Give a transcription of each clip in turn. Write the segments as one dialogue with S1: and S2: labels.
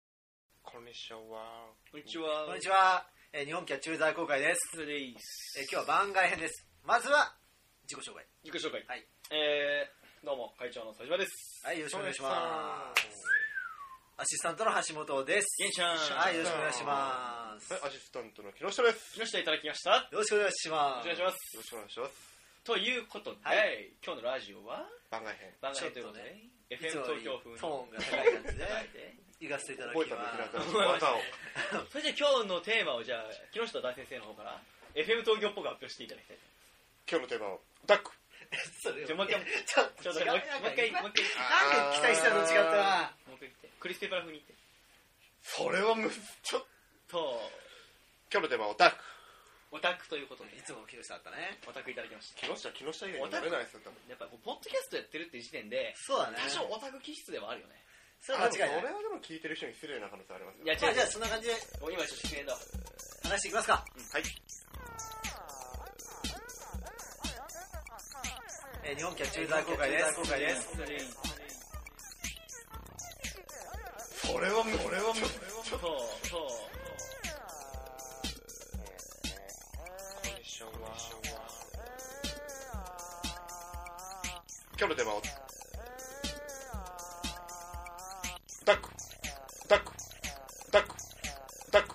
S1: んにちは。
S2: こんにちは。
S3: こんにちは、えー日本キャッチューザー公開です、
S2: 失礼です。
S3: えー今日は番外編ですまずは自己紹介
S2: 自己紹介。
S3: はい
S2: えー、どうも、会長の田島です。
S3: はいよろしくお願いしますアシスタントの橋本です
S2: 元気ちゃん
S3: はいよろしくお願いします
S1: はい、アシスタントの木下です。
S2: 来ました、いただきました。
S3: よろしくお願いしま
S2: お
S3: す
S2: 願いします。
S1: よろしくお願いします。
S2: ということで、
S3: はい
S2: 今日のラジオは、
S1: 番外編。
S2: 番
S3: ち
S2: 外
S3: ょっ
S2: という
S3: と
S2: ことで
S3: ね、
S2: FM
S3: いつも
S2: 東
S3: より
S2: 京風に。
S3: トーンが高い感じで
S2: 高いで
S3: 行かせていただ
S1: 覚え
S3: き
S1: た
S3: ま
S1: の、平田
S3: す
S1: の技を。
S2: それじゃあ今日のテーマを、じゃあ、木下大先生の方から、FM 東京っぽく発表していただきたい。
S1: 今日のテー マを、ダック。
S3: それ
S2: じゃあもう一回
S3: ちょっ
S2: ちょっ
S3: と
S2: と
S3: 違う
S2: もう
S3: なん
S2: 一回、もう一回、もう
S3: か
S2: 一回、
S3: なんか期待したのと違ったな
S2: もう一回言って。クリステファー風に言って。
S1: それはむず、ちょっと
S2: と、
S1: 今日のテーマを、ダック。
S2: オタクということで
S3: い、つも木下だったね
S2: オタクいただきました。
S1: 木下、木下以外になれないですよ、多分。
S2: やっぱこうポッドキャストやってるって時点で
S3: そうだね
S2: 多少オタク気質ではあるよね
S3: それは間違い
S1: あでもそ
S3: ない
S1: れはでも聞いてる人に失礼な可能性ありますよ。
S2: いや
S3: ま
S2: 違
S3: あ
S2: う
S3: じゃあそんな感じで
S2: もう今ちょっと失礼だわ
S3: 話していきますか
S1: はい。
S3: えー日本キャッチューザー公開です公開です
S1: それはむ、それはむ、ちょ
S2: そう
S1: っと。
S2: そうそう
S1: 今日のテーマを、ダック。ダック。ダック。ダック。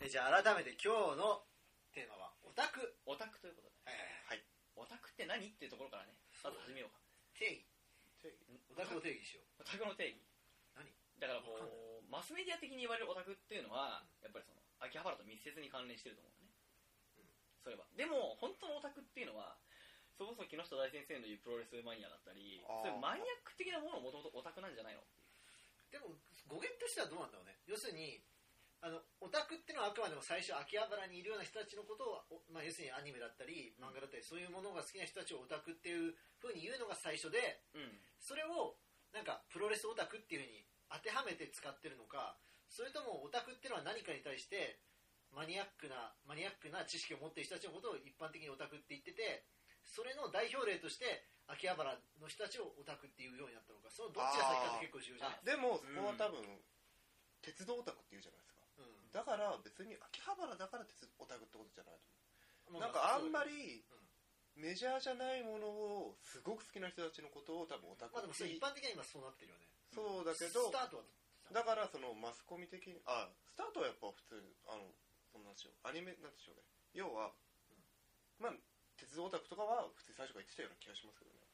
S3: えじゃあ改めて今日のテーマはオタク、
S2: オタクということでオタクって何っていうところからねまず始めようか
S3: 定義
S1: 定
S3: オタクの定義しよ
S2: オタクの定義
S3: 何
S2: だからこ
S3: わかんな
S2: うマスメディア的に言われるオタクっていうのはやっぱりその秋葉原と密接に関連してると思うねそれはでも本当のオタクっていうのはそもそも木下大先生の言うプロレスマニアだったり
S1: あー
S2: そういうマニアック的なものをもともとオタクなんじゃないの
S3: うでも語源としてはどうなんだろうね要するにあのオタクってのはあくまでも最初秋葉原にいるような人たちのことを、おまあ、要するにアニメだったり漫画だったりそういうものが好きな人たちをオタクっていうふうに言うのが最初で
S2: うん
S3: それをなんかプロレスオタクっていうふうに当てはめて使ってるのかそれともオタクってのは何かに対してマニアックなマニアックな知識を持っている人たちのことを一般的にオタクって言っててそれの代表例として秋葉原の人たちをオタクっていうようになったのかそのどっちが先かって結構重要じゃない
S1: でも、そこは多分、鉄道オタクって言うじゃないですか。
S3: う
S1: だから別に秋葉原だから鉄オタクってことじゃないと
S3: ん、
S1: 思うなんかあんまり
S3: り
S1: メジャーじゃないものをすごく好きな人たちのことを多分オタク
S3: まあでも
S1: って
S3: それ
S1: 言い
S3: 一般的には今そうなってるよね
S1: そうだけ
S3: ス
S1: ど
S3: タートは
S1: だからそのマスコミ的にあスタートはやっぱ普通あのそんなんでしょうアニメなんでしょうね要はまあ鉄道オタクとかは普通に最初から言ってたような気がしますけどね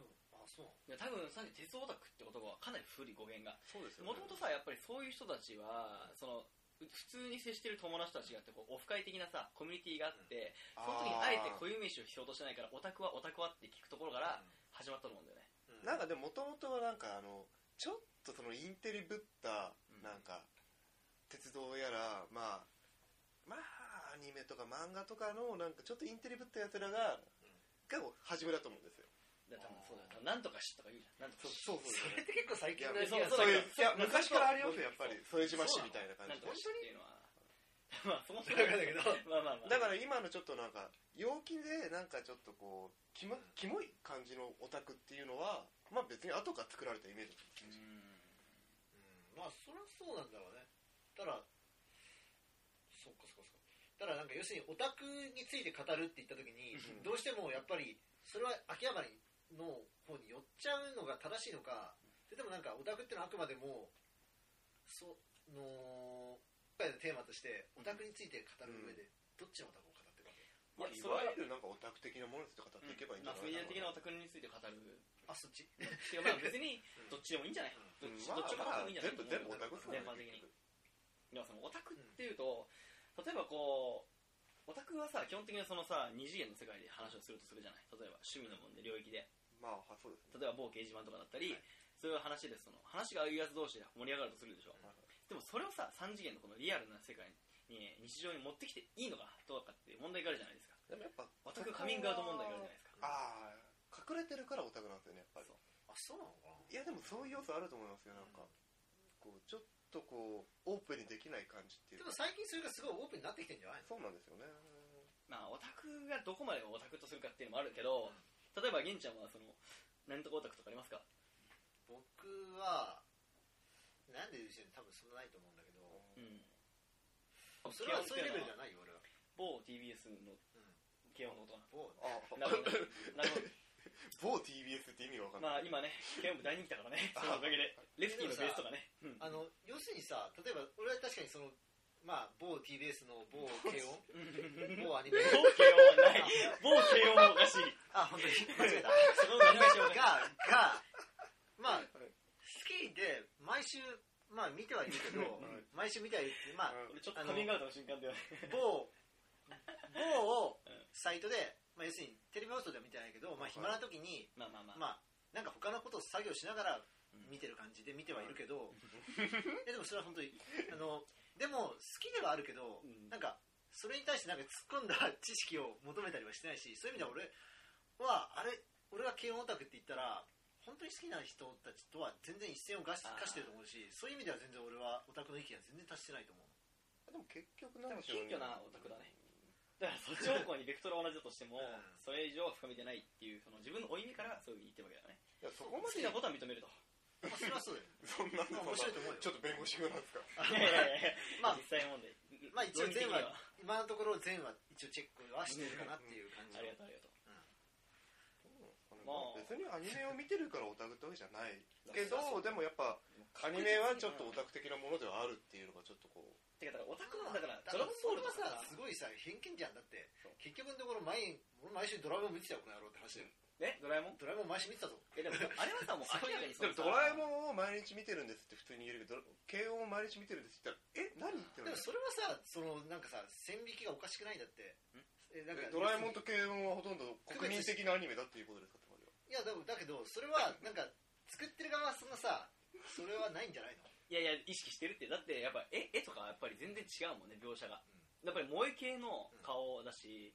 S3: でもあそう
S2: い
S3: なの
S2: や多分さっき鉄オタクって言葉はかなり古い語源が
S1: そうです
S2: もともとさやっぱりそういう人たちはそのう普通に接してる友達たちがあってこうオフ会的なさコミュニティがあって、その時にあえて固有名詞を必要としないからオタクはオタクはって聞くところから始まったと思うんだよね
S3: うん
S1: なんかでもともとはなんかあのちょっとそのインテリぶった
S2: うん
S1: なんか鉄道やらまあまあアニメとか漫画とかのなんかちょっとインテリぶったやつらが結構初めだと思うんですよ
S2: だから多分そうだよなんとかしとか言うじゃんなんとかし
S1: そうそう
S3: それって結構最近
S2: い
S3: の
S2: や
S3: 気がす
S1: そ
S3: る
S1: ういういや
S2: そう
S1: 昔からありますよやっぱり添島市
S3: そ
S1: み
S3: うなの
S1: たいな感
S2: なん
S1: じ
S2: と
S1: で
S2: かしっていうのは まあそもそも
S3: だからだけど
S2: まあまあまあ
S1: だから今のちょっとなんか陽気でなんかちょっとこうキモキモい感じのオタクっていうのはまあ別に後から作られたイメージ
S2: うん
S3: うんまあそりゃそうなんだろうねただそっかそっかそっかただなんか要するにオタクについて語るって言った時に
S1: うん
S3: どうしてもやっぱりそれは秋葉原の方に寄っちゃうのが正しいのかそれともなんかオタクってのはあくまでもその今回のテーマとしてオタクについて語る上でどっちのオタクを語ってるか
S1: まあ
S2: い
S1: い
S2: やそれは
S1: わゆるなんかオタク的なものについて語っていけばいいんじゃ
S2: マ
S1: な
S2: ス
S1: い
S2: メディア的なオ
S1: かな
S2: タクについて語る
S3: あそっち
S2: いやまあ別にどっちでもいいんじゃない、
S1: う
S2: ど
S1: ん
S2: っち
S1: まあ
S2: どっちも
S1: まあ
S2: いいんじゃない
S1: 全部全部オタクっすもんね
S2: 全般的にでもそのオタクっていうと、例えばこうオタクはさ基本的にそのさ二次元の世界で話をするとするじゃない例えば趣味のもんで領域で
S1: まあそうですね
S2: 例えば某掲示板とかだったり、
S3: はい
S2: そういう話でその話が合うやつ同士で盛り上がるとするでしょ、
S1: はい
S2: でもそれをさ三次元のこのリアルな世界に日常に持ってきていいのかどうかっていう問題があるじゃないですか
S1: でもやっぱ
S2: オタクカミングアウト問題があるじゃないですか
S1: ああ隠れてるからオタクなんですよねやっぱり
S2: そう
S3: あそうなのかない
S1: やでもそういう要素あると思いますよなんかこうちょっとこうオープンにできない感じっていう
S3: で
S1: か
S3: も最近それがすごいオープンになってきてんじゃないの
S1: そうなんですよね
S2: まあ、オタクがどこまでをオタクとするかっていうのもあるけど、例えば玄ちゃんはその何とかオタクとかありますか
S3: 僕はなんで言うし多分そんなないと思うんだけど
S2: うん
S3: それはそういうレベルじゃないよ俺は
S2: 某 TBS の
S3: うん
S2: 慶応のことな
S3: 某ね
S1: あ
S2: なるほどなる
S1: 某
S2: ほど
S1: TBS って意味が分かんない
S2: まあ今ね慶応部大人気だからねそのおかげでレフティーのベースとかねうん
S3: あの要するにさ例えば俺は確かにそのまあ某 TBS の某慶 音
S2: うん
S3: 某アニメ
S2: 某慶応はない某慶応もおかしい
S3: あ本当に間違えた
S2: その何がしょうが
S3: ががまあ
S1: はい
S3: 好きで毎週まあ見てはいるけど
S1: はい
S3: 毎週見てはいるってまあ
S1: うん
S2: 俺ちょっとカミングアウトの瞬間だよね
S3: 某某を
S2: うん
S3: サイトで、まあ、要するにテレビ放送では見てないけど、まあ、暇な時に、
S2: まあまあまあ
S3: まあなんか他のことを作業しながら見てる感じで見てはいるけど、 えでもそれは本当にあのでも好きではあるけど、
S2: うん
S3: なんかそれに対してなんか突っ込んだ知識を求めたりはしてないしそういう意味では俺はあれ俺が慶応オタクって言ったら本当に好きな人たちとは全然一線を画し
S2: あー
S3: 画してると思うしそういう意味では全然俺はオタクの意見は全然達してないと思う
S1: でも結局
S2: で
S1: なん
S2: も
S1: でしょう
S2: 謙虚なオタクだねだからそっち方向にベクトルは同じだとしても
S3: うん
S2: それ以上は深めてないっていうその自分の負い目からそういうふうに言ってるわけだね
S1: いやそこ
S2: 好
S1: ま
S2: き
S1: で
S2: なことは認めると
S3: まあそれはそうだよ、
S1: そんな
S3: まあ、面白いと思うよ
S1: ちょっと弁護士風なんですか
S2: いやい やいや
S3: まあ
S2: 実際問題
S3: まあ一応
S2: 論理的
S3: 全
S2: に
S3: は今のところ全は一応チェックはしてるかなっていう感じ
S2: ありがとうありがとうまあ
S1: 別にアニメを見てるからオタクってわけじゃないけ
S2: そうそうそ
S1: どで
S2: う
S1: もやっぱアニメはちょっとオタク的なものではあるっていうのがちょっとこう
S2: てかだからオタクはだから
S3: だ
S2: ドラ
S3: から
S2: ゴンボールと
S3: それは
S2: か
S3: さすごいさ偏見じゃんだって
S2: そう
S3: 結局のところ毎俺毎週ドラえもん見てたよこの野郎って話だよ
S2: えドラえもん
S3: ドラえもん毎週見てたぞ
S2: えでもあれはさもう明らかに
S1: でもドラえ
S2: ん
S1: もんを毎日見てるんですって普通に言えるけど慶応を毎日見てるんですって言ったらえ何ってな
S3: でも
S1: る
S3: それはさそのなんかさ線引きがおかしくないんだって
S2: ん
S3: えなんか
S1: ドラえもんと慶応はほとんど国民的なアニメだっていうことですかってことよ
S3: いやでもだけどそれはなんか作ってる側はそんなさそれはないんじゃないの
S2: いやいや意識してるってだってやっぱ絵絵とかはやっぱり全然違うもんね描写がやっぱり萌え系の顔だし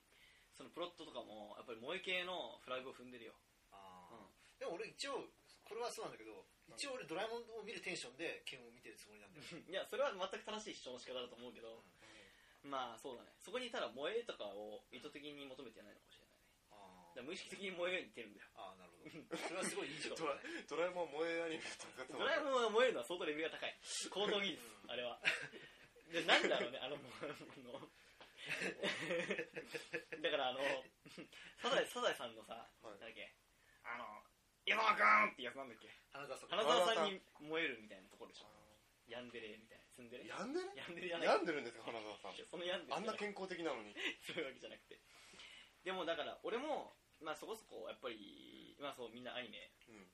S2: そのプロットとかもやっぱり萌え系のフラグを踏んでるよ
S3: うんでも俺一応これはそうなんだけど一応俺ドラえもんを見るテンションで剣を見てるつもりなんだよ
S2: いやそれは全く正しい主張の仕方だと思うけどまあそうだねそこにただ萌えとかを意図的に求めてないのかもしれないねだから無意識的に萌えに似てるんだよ
S3: ああなるほどそれはすごいいい情
S1: ド
S3: 報
S1: ラ
S3: だね
S1: ドラえもんは萌えアニメとか
S2: ドラえ
S1: ん
S2: もんが燃えるのは相当レベルが高い行動技術
S3: う
S2: あれはでなんだろうねあのもうあのだからあのサザエサザエさんのさ、
S1: はい
S2: なんだっけあの山田君ってやつなんだっけ
S3: 花田さん
S2: 花
S1: 田さ
S2: 澤さ
S1: ん
S2: んに燃えるみたいなところでしょヤンデレみたいなツンデレヤ
S1: 病んでる
S2: ンデレじゃない
S1: 病んでるんですか花澤さん
S2: そのヤンデレ
S1: あんな健康的なのに
S2: そういうわけじゃなくてでもだから俺も、まあ、そこそこやっぱり、まあ、そうみんなアニメ
S1: うん
S2: っ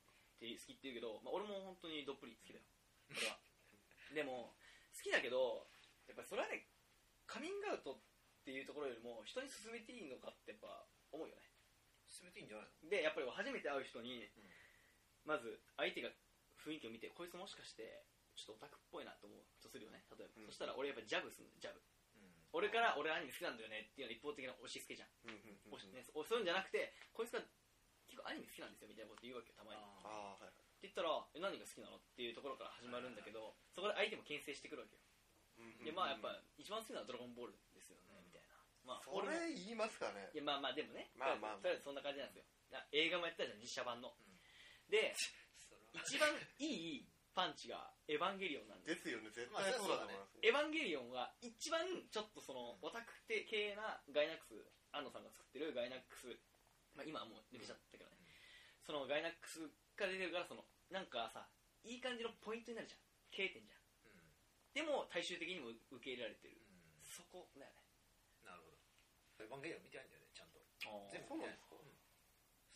S2: て好きって言うけど、まあ、俺も本当にどっぷり好きだよ俺は でも好きだけどやっぱりそれはねカミングアウトっていうところよりも人に勧めていいのかってやっぱ思うよね
S3: 進めていいんじゃないの
S2: でやっぱり初めて会う人に、
S3: ん
S2: まず相手が雰囲気を見てこいつもしかしてちょっとオタクっぽいなと思うとするよね例えば、
S1: うん
S2: そしたら俺やっぱジャブするのジャブ俺から俺アニメ好きなんだよねっていうの一方的な押し付けじゃん
S1: うんうんうん
S2: もしね、そうそういうんじゃなくてこいつが結構アニメ好きなんですよみたいなこと言うわけよたまにっ
S3: あ
S1: ああはい
S2: て言ったらえ何が好きなのっていうところから始まるんだけどそこで相手も牽制してくるわけよ
S1: うん
S2: でまあやっぱ一番好きなのは「ドラゴンボール」ですよね
S3: うん
S2: みたいなまあ
S1: そ
S2: 俺も
S1: れ言いますかね
S2: いやまあまあでもね
S1: まあまあ
S2: とりあえずとりあえずそんな感じなんですよな映画もやってたじゃん実写版の
S3: うん
S2: で
S3: それは
S2: 一番いいパンチが「エヴァンゲリオン」なんです
S1: ですよね絶対そうだと思います
S2: エヴァンゲリオンは一番ちょっとそのオタク系なガイナックス安野さんが作ってるガイナックス、まあ、今はもう抜けちゃったけどね、
S3: うん
S2: そのガイナックスから出てるからそのなんかさいい感じのポイントになるじゃん経点じゃん
S3: う
S2: でも最終的にも受け入れられてる
S3: んうん
S2: そこだよね
S3: なるほどエヴァンゲリオン見てないんだよねちゃんと全
S1: そう
S3: 部見
S1: なんで
S3: てない
S1: すか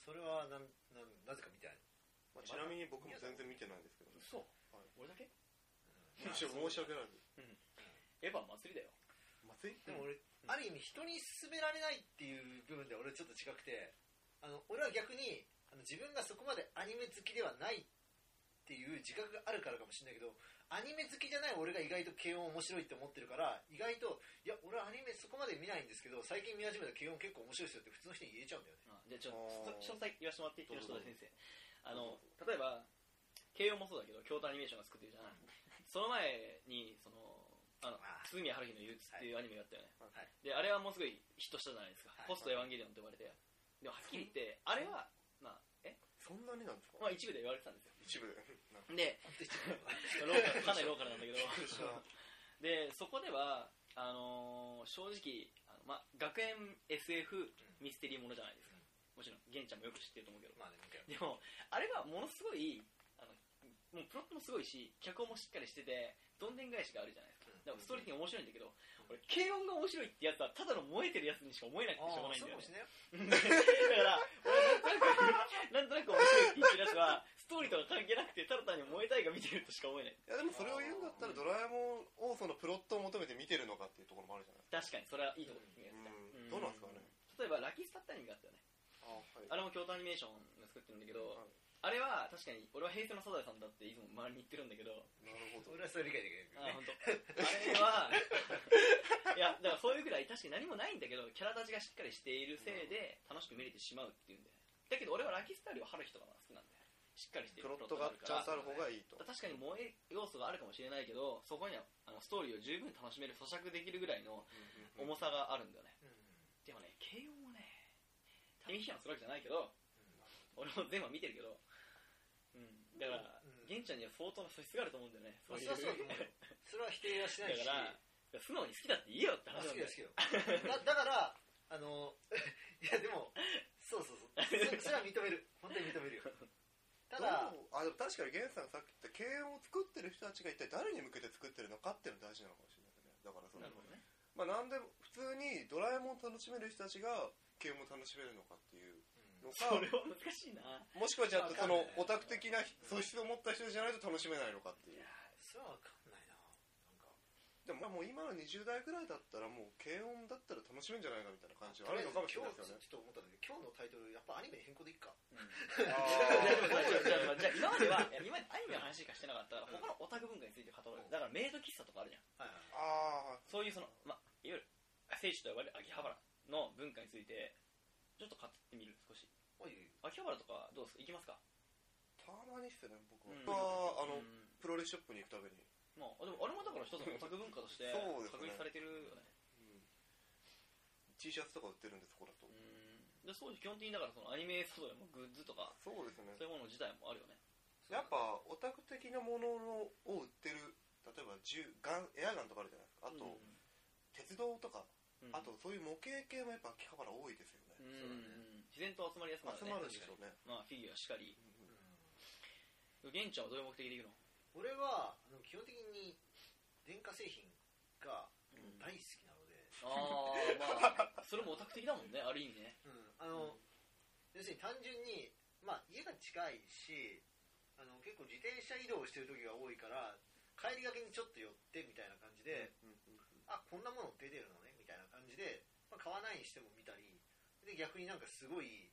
S3: それはなんなんなぜか見てない
S1: まあちなみに僕も全然見てないんですけどね
S2: そう、
S1: はい
S2: 俺だけ
S1: むしろ 申し訳ないです
S2: エヴァ祭りだよ
S1: 祭り
S3: でも俺、ある意味人に勧められないっていう部分で俺ちょっと違くてあの俺は逆にあの自分がそこまでアニメ好きではないっていう自覚があるからかもしれないけどアニメ好きじゃない俺が意外と軽音面白いって思ってるから意外といや俺はアニメそこまで見ないんですけど最近見始めた軽音結構面白いですよって普通の人に言えちゃうんだよね
S2: あじゃあちょ
S1: あ
S2: っ
S1: ー
S2: と詳細言わせてもらっていい
S1: どう
S2: 吉
S1: ぞ
S2: 田先生あの例えば慶応もそうだけど京都アニメーションが作ってるじゃないその前にそのあの
S3: あー
S2: 鈴宮春日の憂鬱っていうアニメがあったよね、
S3: はい
S2: であれはもうすごいヒットしたじゃないですか、
S3: はい
S2: ポストエヴァンゲリオンって呼ばれてでもはっきり言ってあれはまあ、一部で言われてたんですよ
S1: 一部で なんか
S2: でローカルかなりローカルなんだけど でそこではあのー正直あの、ま、学園 SF ミステリーものじゃないですかもちろん玄ちゃんもよく知ってると思うけど
S3: まあね、
S2: でもあれはものすごいあのもうプロットもすごいし脚本もしっかりしててどんでん返しがあるじゃないですかだからストーリー的に面白いんだけど、俺軽音が面白いってやつはただの燃えてるやつにしか思えなくてしょうがないんだよね
S3: ね。
S2: だから俺なんとなくなんとなく面白いって言ってるやつはストーリーとか関係なくてただ単に燃えたいが見てるとしか思えない
S1: いやでもそれを言うんだったらドラえもんをそのプロットを求めて見てるのかっていうところもあるじゃない
S2: 確かにそれはいいところですね
S1: うんどうなんですかね
S2: 例えばラキスタってアニメがあったよね
S1: あはい
S2: あれも京都アニメーションが作ってるんだけど、あれは確かに俺は平成のサザエさんだっていつも周りに言ってるんだけど
S1: なるほど
S3: 俺はそれ理解できないけど
S2: あ
S3: ね。
S2: 本当。あれはいやだからそういうぐらい確かに何もないんだけどキャラ立ちがしっかりしているせいで楽しく見れてしまうっていうんだよだけど俺はラキスタよりは春日とかが好きなんだよしっかりして
S1: プ
S2: る
S1: ロットがちゃんとある方がいいと
S2: 確かに萌え要素があるかもしれないけどそこにはあのストーリーを十分楽しめる咀嚼できるぐらいの
S1: うんうん
S2: 重さがあるんだよね、
S3: う
S2: でもね慶応もね紙批判するわけじゃないけど俺も全部は見てるけどうんだから
S3: うん
S2: 玄、ちゃんには相当な素質があると思うんだよね
S3: ん。まあ
S2: い
S3: それはそうだと思うよ。それは否定はし
S2: だ
S3: ないし。
S2: から素直に好きだって言えよって話
S3: あ好
S2: なんだ
S3: きだ
S2: よ
S3: 好きだよ。だだから、あの、 いやでも、そうそうそう。そそれは認める。本当に認めるよ。た
S1: ど
S3: だ、
S1: うあでも確かに源さんがさっき言った経営を作ってる人たちが一体誰に向けて作ってるのかっていうのが大事なのかもしれないねだからその
S2: なるほどね
S1: まあなんでも普通にドラえもんを楽しめる人たちが経営も楽しめるのかっていうの
S2: そ
S1: か
S2: れは難しいな
S1: もしくはじゃあ
S3: わ
S1: そ
S3: かんない
S1: のオタク的な素質を持った人じゃないと楽しめないのかって
S3: い
S1: いう
S3: やそれはわかんないな。な
S1: で
S3: んか
S1: もまあもう今の20代ぐらいだったらもう軽音だったら楽しめんじゃないかみたいな感じはあるのかもしれないですよね
S3: 今日ちょっと思ったんだけど、今日のタイトル、やっぱアニメに変更でいいか。
S2: じゃあ
S1: あー
S2: じゃあじゃあじゃあ今までは、いや 今までアニメの話しかしてなかったから、他のオタク文化について語ろうよ。だからメイド喫茶とかあるじゃん。
S3: はいはい。
S1: あ
S2: そういうその、ま、いわゆる聖地と呼ばれる秋葉原の文化について、ちょっと語ってみる、少し。
S3: おい
S2: 秋葉原とかどうですか行きますか
S1: ーたまにっすよね僕は、
S2: うん
S1: 僕はあの、
S2: うん
S1: プロレスショップに行くために、
S2: まあ、でもあれもだから一つのオタク文化として
S1: そうですね
S2: 確立されてるよね。
S1: T シャツとか売ってるんでそこだと、
S2: うん。で、そういう基本的にだからそのアニメ外でもグッズとか、
S1: そうですね
S2: そういうもの自体もあるよね。
S1: やっぱオタク的なものを売ってる例えば銃ガンエアガンとかあるじゃないですかあと、鉄道とか、
S2: うん
S1: あと、そういう模型系もやっぱ秋葉原多いですよ
S2: う
S1: ね、
S2: ん。自然と集まりやすくなる
S1: 集
S2: ね。
S1: まるんでしょうね
S2: まあ、フィギュアしかり。
S1: うん
S2: 玄ちゃんはどういう目的で行くの
S3: 俺はあの基本的に電化製品が
S2: うん
S3: 大好きなので、
S2: あーまあそれもオタク的だもん ねある意味ね
S3: あの要するに単純に、まあ、家が近いしあの結構自転車移動をしてる時が多いから帰りがけにちょっと寄ってみたいな感じで、
S1: うん
S3: あこんなもの出てるのねみたいな感じで、まあ、買わないにしても見たりで逆になんかすごい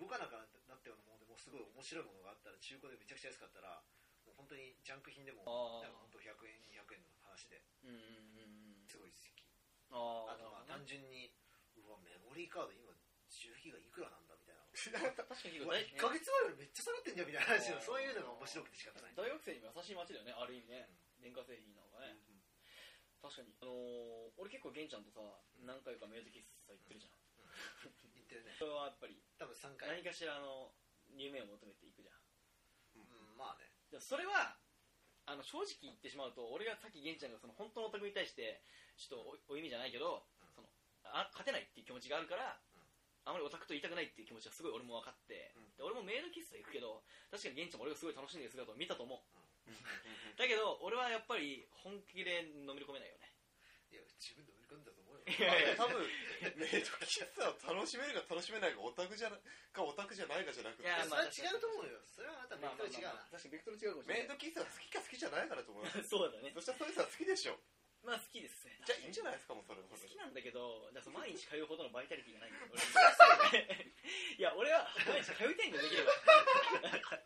S3: 動かなくなったようなものでもすごい面白いものがあったら中古でめちゃくちゃ安かったらもう本当にジャンク品でも
S2: あー
S3: なんか本当100円200円の話で
S2: うんうんうん
S3: すごい好き
S2: あ
S3: あ
S2: あ
S3: とまあ
S2: なるほど
S3: 単純にうわメモリーカード今10ギガいくらなんだみたいな
S2: 確かに
S3: うわ1ヶ月前よりめっちゃ下がってんじゃんみたいな話
S2: あ
S3: の
S2: ー
S3: そういうのが面白くて仕方ない
S2: 大学生にも優しい街だよねある意味ね電化製品なのがね
S1: う
S2: 確かにあのー俺結構玄ちゃんとさ何回かメイド喫茶行ってるじゃん
S3: 言ってるね
S2: それはやっぱり
S3: 多分3回
S2: 何かしらの夢を求めていくじゃん
S3: うんまあね
S2: でもそれはあの正直言ってしまうと俺がさっき玄ちゃんがその本当のオタクに対してちょっとおお意味じゃないけど、
S3: うん
S2: そのあ勝てないっていう気持ちがあるから、
S3: うん
S2: あまりオタクと言いたくないっていう気持ちはすごい俺も分かって、
S1: うん
S2: で俺もメイド喫茶行くけど確かに玄ちゃんも俺がすごい楽しんでる姿を見たと思う、
S1: ん
S2: だけど俺はやっぱり本気で飲み込めないよね
S3: いや自分で売り込んだと思う
S1: い
S3: よ
S1: やいや 多分メイド喫茶を楽しめるか楽しめないかオタクじゃなかオタクじゃないかじゃなくて
S2: いや
S3: それは違うと思うよそれはまたベクトル違うな
S2: 確
S1: メイド喫
S2: かにベクトル違うかもしれな
S1: 茶が好きか好きじゃないかだと思い ます
S2: いそうだね
S1: そしたらそういう人は好きでしょ
S2: まあ好きですね
S1: じゃあいいんじゃないですかもうそれ
S2: 好きなんだけどだからその毎日通うほどのバイタリティがないん だよ俺いや俺は毎日通いたいんだよできれば
S3: 通いたいの通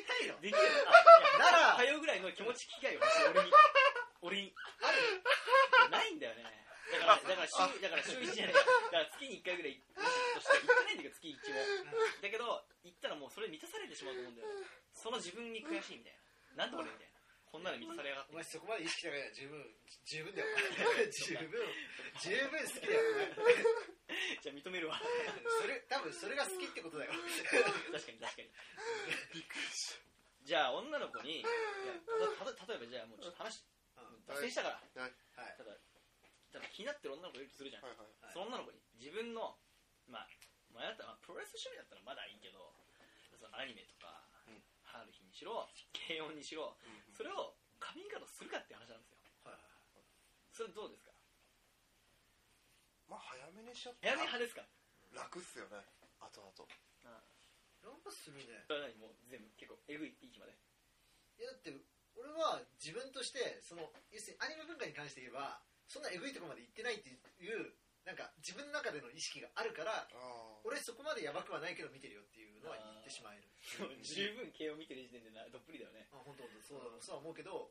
S3: いたいの
S2: できれば
S3: な
S2: 通
S3: ら
S2: うぐらいの気持ち機会を欲しい俺に俺にあるないんだよねだからだから週だから週1じゃないだから月に1回ぐらいもしとして行ってないんだけど月1もだ けど行ったらもうそれ満たされてしまうと思うんだよねその自分に悔しいみたいななんで俺みたいなこんなの満たされやがって
S3: お前そこまで意識高いから十分十分だよ十分十分好きだよお 前
S2: じゃあ認めるわ
S3: それ多分それが好きってこと だよ
S2: 確かに確かに じゃあ女の子にいやたとたと例えばじゃあもうちょっと話
S3: うん
S2: 脱線したから
S3: はい
S2: ただただ気になってる女の子がいるとするじゃん、
S1: はいはい
S3: はい
S2: その女の子に自分のまあ前だったらまあプロレス趣味だったらまだいいけどそのアニメとか、
S1: うん
S2: ハールヒにしろ軽音にしろそれをカミングアウトするかって話なんですよ
S3: はい
S2: それどうですか
S1: まあ早めにしちゃった
S2: 早めに派ですか
S1: 楽っすよね後々
S3: やっぱするね
S2: それは何もう全部結構えぐい域まで
S3: いやだって俺は自分としてその要するにアニメ文化に関して言えばそんなえぐいとこまで行ってないっていうなんか自分の中での意識があるから
S1: あ
S3: 俺そこまでやばくはないけど見てるよっていうのは言ってしまえる
S2: でも十分軽音見てる時点でなどっぷりだよね
S3: あ本当本当そうだそうは思うけど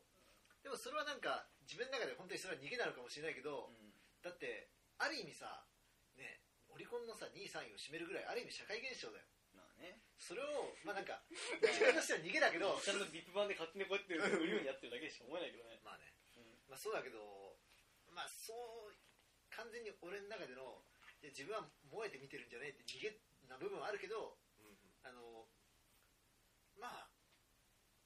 S3: でもそれはなんか自分の中で本当にそれは逃げなのかもしれないけど、だってある意味さねオリコンのさ2位3位を占めるぐらいある意味社会現象だよ
S2: まあね
S3: それをまあなんか自分としては逃げだけ ど
S2: おっ ちゃんのビップ版で勝手にこうやって売るようにやってるだけしか思えないけどね
S3: まあね、
S2: うん
S3: まあそうだけどまあそう完全に俺の中でのいや自分は燃えて見てるんじゃねえって逃げな部分はあるけどあのまあ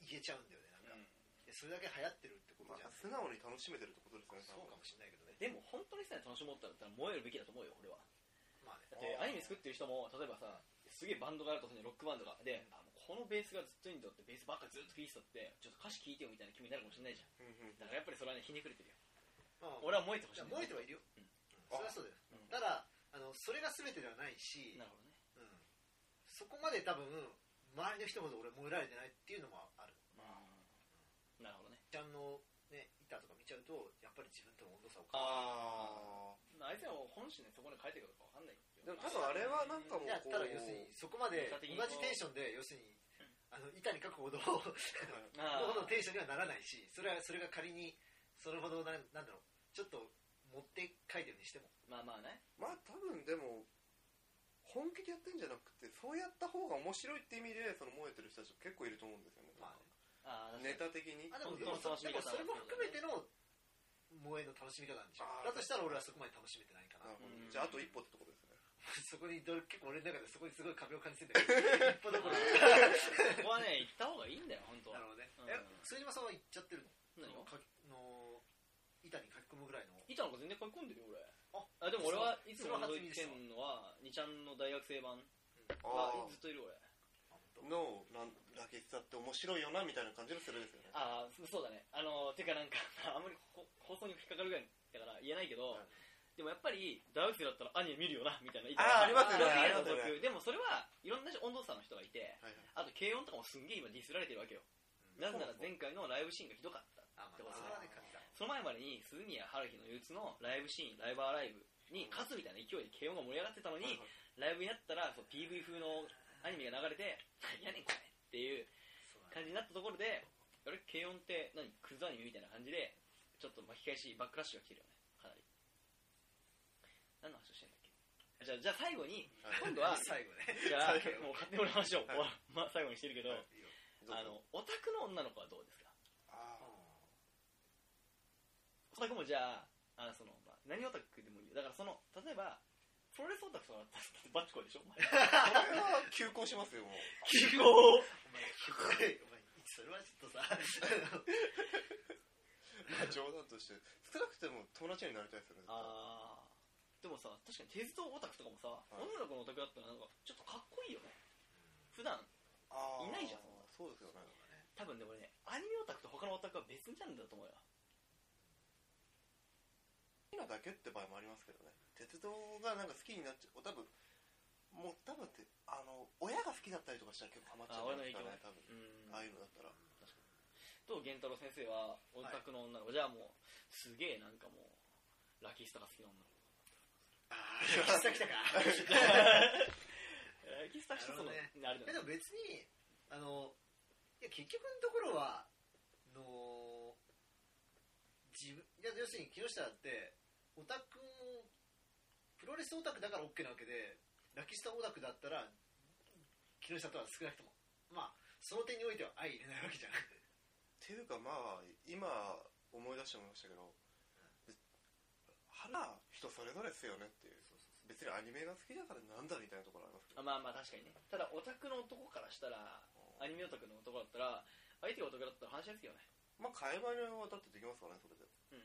S3: 言えちゃうんだよねなんか、でそれだけ流行ってるってこと
S1: ま
S3: じゃ
S1: あ
S3: ん、
S1: 素直に楽しめてるってことですよね
S3: そうかもしれないけどね
S2: でも本当にさ楽しもうったら燃えるべきだと思うよ俺は
S3: まあね
S2: だって
S1: あー
S2: アニメ作ってる人も例えばさすげえバンドがあるとするじゃんロックバンドがで、あもうこのベースがずっといいんだってベースばっかずっと聴いてたってちょっと歌詞聴いてよみたいな気分になるかもしれないじゃん
S1: うんうん
S2: だからやっぱりそれはねひねくれてるよ
S3: まあ
S2: 俺は燃えてほしい
S3: 燃えてはいるよ、
S2: うん
S3: それはそうだよ、
S2: うん
S3: ただあのそれが全てではないし、
S2: なるほどね
S3: うんそこまで多分周りの人ほど俺燃えられてないっていうのもある
S2: なるほどね
S3: ちゃんの、ね、板とか見ちゃうとやっぱり自分との温度差を感
S2: ああ
S1: あ
S2: あいつらも本心でそこに書いてるかどうかわかんないけ
S1: ーで
S2: ど
S1: も多分あれはなんかも
S3: じ
S1: う
S3: るいや
S1: こう
S3: ただ要するにそこまで
S2: 結果
S3: 同
S2: 的に
S3: じテンションで要するにあの板に書 くほどの
S2: あ
S3: ほどの
S2: ー
S3: テンションにはならないしそれはそれが仮にそれほどなんなんだろうちょっと持って書いてるにしても
S2: まあまあね
S1: まあ多分でも本気でやってんじゃなくてそうやった方が面白いって意味でその燃えてる人たちも結構いると思うんですよね、
S3: まあね
S2: あー確かに
S1: ネタ的に
S3: あでも
S2: 本当の楽しみ
S3: でも
S2: 方
S3: それも含めての萌えの楽しみ方なんでしょ
S1: あー
S3: だとしたら俺はそこまで楽しめてないか
S1: な
S3: な
S1: るほど
S2: うん
S1: じゃああと一歩ってとこですね
S3: そこにどれ結構俺の中でそこにすごい壁を感じてんだけど一歩どころか
S2: そこはね行った方がいいんだよ本当
S3: な
S2: は
S3: るほどね
S2: うん
S3: え副島さんは行っちゃってるの
S2: 何を
S3: その書きの板に書き込むぐらいの
S2: 板なんか全然書き込んでるよ俺あでも俺はいつも覗いてんのは2ちゃんの大学生版
S1: あ
S2: はずっといる俺
S1: あのなんラケッツだって面白いよなみたいな感じのするですよね
S2: ああそそうだねあのてかなん かあんまりこ放送に引っかかるぐらいだから言えないけど、
S1: はい
S2: でもやっぱり大学生だったらアニメ見るよなみたいな
S1: あーあります
S3: よね
S2: 大学生
S1: ありますよね
S2: の属でもそれはいろんな温度差の人がいて
S1: はい
S2: あと軽音とかもすんげえ今ディスられてるわけよなぜなら前回のライブシーンがひどかった
S3: あまあ
S2: でも
S3: それはね書きだ
S2: その前までに鈴宮春日の憂鬱のライブシーンライバーライブに勝つみたいな勢いで軽音が盛り上がってたのに、
S1: はいはい
S2: ライブになったらそう PV 風のアニメが流れて何やねんこれっていう
S3: そうだね
S2: 感じになったところであれ軽音って何クズアニメみたいな感じでちょっと巻き返しバックラッシュが来てるよねかなり何の話をしてんだっけあじゃあじゃあ最後に
S1: はい
S2: 今度はじ
S3: 最後ね
S2: ゃあ
S1: 最後
S2: もう勝手に俺の話を、
S1: は
S2: まあ、最後にしてるけど、
S1: はい
S3: いいよ
S1: どうぞ
S2: あのオタクの女の子はどうですか
S1: あー
S2: オタクもじゃああその、まあ、何オタクでもいいよだからその例えばプロレスオタクとかだったらバッチコイ
S1: こ
S2: でしょお前
S1: れは急行しますよもう
S2: 希望
S3: お前お前お前それはちょっとさ
S1: まあ 冗談として少なくても友達になりたいですよね
S2: あーでもさ確かに鉄道オタクとかもさ、
S1: い
S2: 女の子のオタクだったらなんかちょっとかっこいいよね普段
S1: あー
S2: いないじゃん
S1: そうですよね
S2: 多分でもねアニメオタクと他のオタクは別ジャンルだと思うよ
S1: 好きなだけって場合もありますけどね鉄道がなんか好きになっちゃう多分もう多分ってあの親が好きだったりとかしたら結構ハマっちゃうんですかね多分
S2: うん
S1: ああいうのだったら
S2: と源太郎先生はオタクの女の子、じゃあもうすげえなんかもうラキスタが好きな 女の子
S3: ああ来た来たか
S2: ラキスタ一つの
S3: なる
S2: あれ
S3: いや
S2: だ
S3: で
S2: よね
S3: も別にあのいや結局のところはあの自分いや要するに木下だってオタクもプロレスオタクだから OK なわけでラキスタオタクだったら木下とは少なくともまあその点においては相入れないわけじゃん
S1: ていうかまあ今思い出して思いましたけど花人それぞれですよねっていう
S3: そうそう
S1: 別にアニメが好きだからなんだみたいなところありますけど
S2: あまあまあ確かにねただオタクの男からしたらアニメオタクの男だったら相手がオタクだったら話しやすいよね
S1: まあ買い物はだってできますからねそれで
S2: うん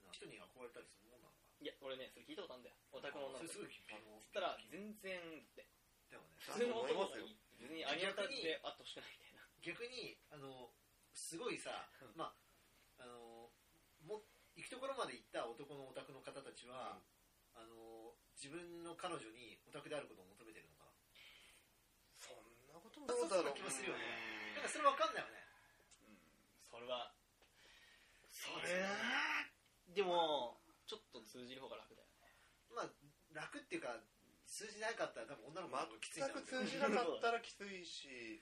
S3: そう人に憧れたりするもんなのか
S2: いや俺ねそれ聞いたことあるんだよオタクの女
S3: そ
S2: の
S3: れす
S2: 子
S3: ごい微妙
S2: だったら全然だって
S3: でもね
S1: だ
S2: 普
S1: と
S2: 通の
S1: 思います
S2: 男な
S1: よ
S2: のに別にアニメオタクであってほしくないみたいな
S3: 逆にあのすごいさ、
S2: うん
S3: まああのも行くところまで行った男のオタクの方たちは、あの自分の彼女にオタクであることを求めてるのか
S1: そんなことも
S3: そうそう
S1: どうだろう
S3: 気もするよねななんかそれわかんないよね
S2: うんそれはそれなでもちょっと通じる方が楽だよね
S3: まあ楽っていうか通じなかったら多分女の子の方がきつい
S1: 全
S3: んだろ
S1: く通じなかったら
S3: うけど
S1: きついし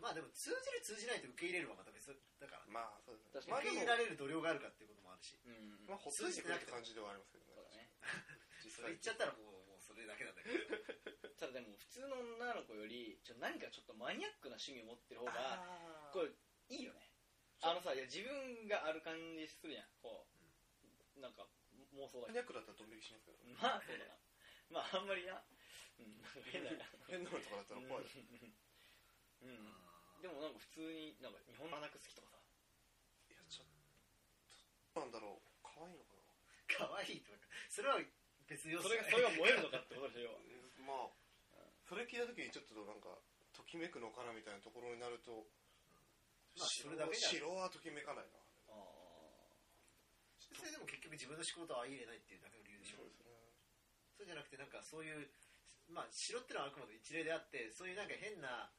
S3: まあでも通じる通じないと受け入れるはまた別だから、
S1: まあそうです
S2: 確
S1: ねま
S2: か
S1: あでも
S3: 受け入れられる度量があるかっていうこともあるし
S2: うん
S1: まあほっといてくれって感じではありますけど
S2: そうだね
S1: 実
S3: そ
S1: 際
S3: れ言っちゃったらもうもうそれだけなんだけど
S2: ただでも普通の女の子よりちょ何かちょっとマニアックな趣味を持ってる方が
S1: あー
S2: これいいよねあのさいや自分がある感じするやんこうなんか妄想
S1: マ
S2: だ
S1: ニ
S2: けど
S1: アックだったらドン引きしますけど
S2: まあそうだなまああんまりなうんなんか変だな
S1: 変なのとかだったら怖い
S2: うんうんでもなんか普通になんか日本の花好きとかさ
S1: いやちょっとなんだろう可愛いのかな
S3: 可愛いとかそれは別要素
S2: それがそれが燃えるのかってことでしょ要
S1: ま
S2: は
S1: あそれ聞いた時にちょっとなんかときめくのかなみたいなところになると
S3: まあそれだけじゃ
S1: 白はときめかないな
S2: あ
S3: それでも結局自分の仕事は相入れないっていうだけの理由でしょ、
S1: すね
S3: そうじゃなくてなんかそういうまあ城ってのはあくまで一例であってそういうなんか変な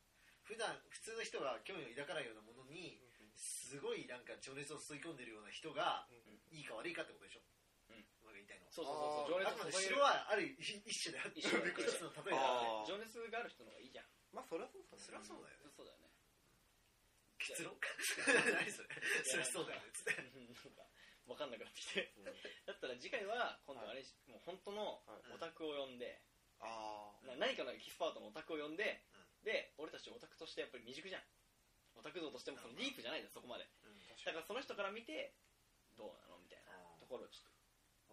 S3: 普段普通の人が興味を抱かないようなものにすごいなんか情熱を吸い込んでるような人がいいか悪いかってことでしょ、
S2: うん
S3: まあ言いたいのは
S2: そうそうそうそう
S3: あ
S2: 情
S3: くまで
S2: 熱
S3: 城はある一種であって
S2: 一種
S3: びっくりしたの例えば
S1: ああ
S2: 情熱がある人の方がいいじゃん
S1: まあそれはそうだね
S3: そりゃそうだよね
S2: そうだよね
S3: 結論何それそりゃそうだよねつって
S2: うんなんか分かんなくなって きてだったら次回は今度あれ、もう本当の
S1: はい
S2: オタクを呼んで、
S1: ああ
S2: な何かのエキスパートのオタクを呼んで、で俺たちオタクとしてやっぱり未熟じゃんオタク像としてもそのディープじゃないじゃんそこまでだからその人から見てどうなのみたいなところをちょ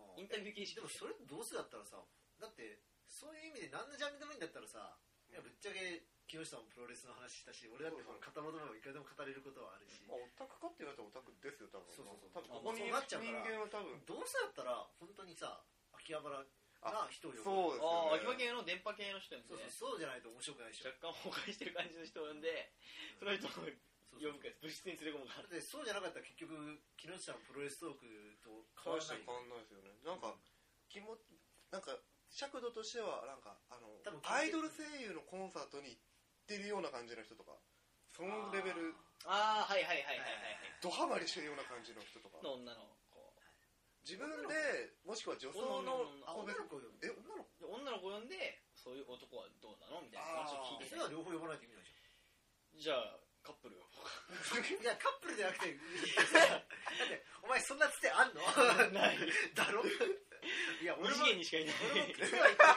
S2: っとインタビュー形式
S3: でもそれどうせだったらさだってそういう意味で何のジャンルでもいいんだったらさ、いやぶっちゃけ木下もプロレスの話したし俺だってこの片言の方がいくらでも語れることはあるし、
S1: まあオタクかって言われたらオタクですよ多分
S3: そうそうそう
S1: 多分ここにい
S3: そう
S1: る
S3: なっち
S1: 人
S3: ゃうから
S1: 間は多分
S3: どうせだったら本当にさ秋葉原が人を呼ぶ
S1: そうです
S2: ああ秋
S1: よ
S2: 葉
S1: ね
S2: 系の電波系の人にね
S3: そうそうそうじゃないと面白くないでしょ
S2: 若干崩壊してる感じの人を呼んでその人を
S3: そう
S2: 呼
S3: そう
S2: ぶか物質に連れ込むか
S3: だってそうじゃなかったら結局木下のプロレストークと変わ
S1: 大
S3: ら
S1: して
S3: ない
S1: 変わんないですよねなんか気持ちなんか尺度としてはなんかあの
S3: 多分
S1: アイドル声優のコンサートに行ってるような感じの人とかそのレベル
S2: ああはいはいはいはいはいはい
S1: ドハマりしてるような感じの人とか
S2: の女の子
S1: 自分でもしくは女装の
S3: あ
S1: 子
S3: 女
S1: 別
S3: の子呼ぶ
S1: え女の子
S2: で女の子呼んでそういう男はどうなのみたいな話を聞いて
S3: それは両方呼ばないと意味ない じ
S2: じゃあカップルを
S3: ゃんいやカップルじゃな くていやだってお前そんなつてあんの
S2: ない
S3: だろ いや
S2: 二
S3: 俺も
S2: 次元にしかいない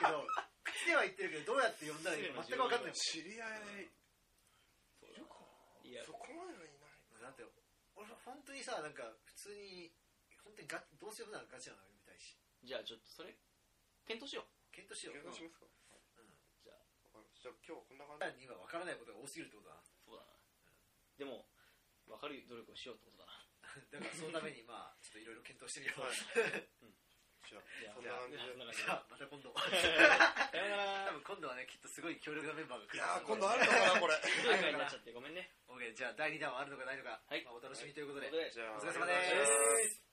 S3: 俺も靴は言ってるけど靴は言ってるけどどうやって呼んだらいいか全く分かんないもん
S1: 知り合いい
S2: そうだ
S1: るか
S2: ないや
S1: そこまではいない
S3: だって俺本当にさなんか普通に本当にガどうせ呼ぶならガチなの呼びたいし
S2: じゃあちょっとそれ検討しよう
S3: 検討しよ
S1: 検
S3: う
S1: 討しますか
S2: じゃあ
S1: わかりましたじゃあ今日はこんな感じ
S3: 俺らには分からないことが多すぎるってことだな
S2: そうだなでも分かる努力をしようってことだな
S3: だからそのためにまあちょっといろいろ検討してみよう、
S1: はいじゃ
S2: じゃ
S1: あそ
S2: あ
S1: んな感じで
S2: そんな
S3: じ
S2: 感
S3: ゃあまた今
S2: じ
S3: 度多
S2: でさような ら
S3: 分今度はねきっとすごい強力なメンバーが来
S1: い
S3: る
S1: やー今
S3: と思う
S1: 度あるのかなこれ
S2: ひ どい回になっちゃってごめんね
S3: OK じゃあ第2弾はあるのかないのか、
S2: はい
S3: まあ、お楽しみということで、
S2: ということで
S1: じゃあ
S3: お疲れ様で
S1: ありがとうございます
S3: す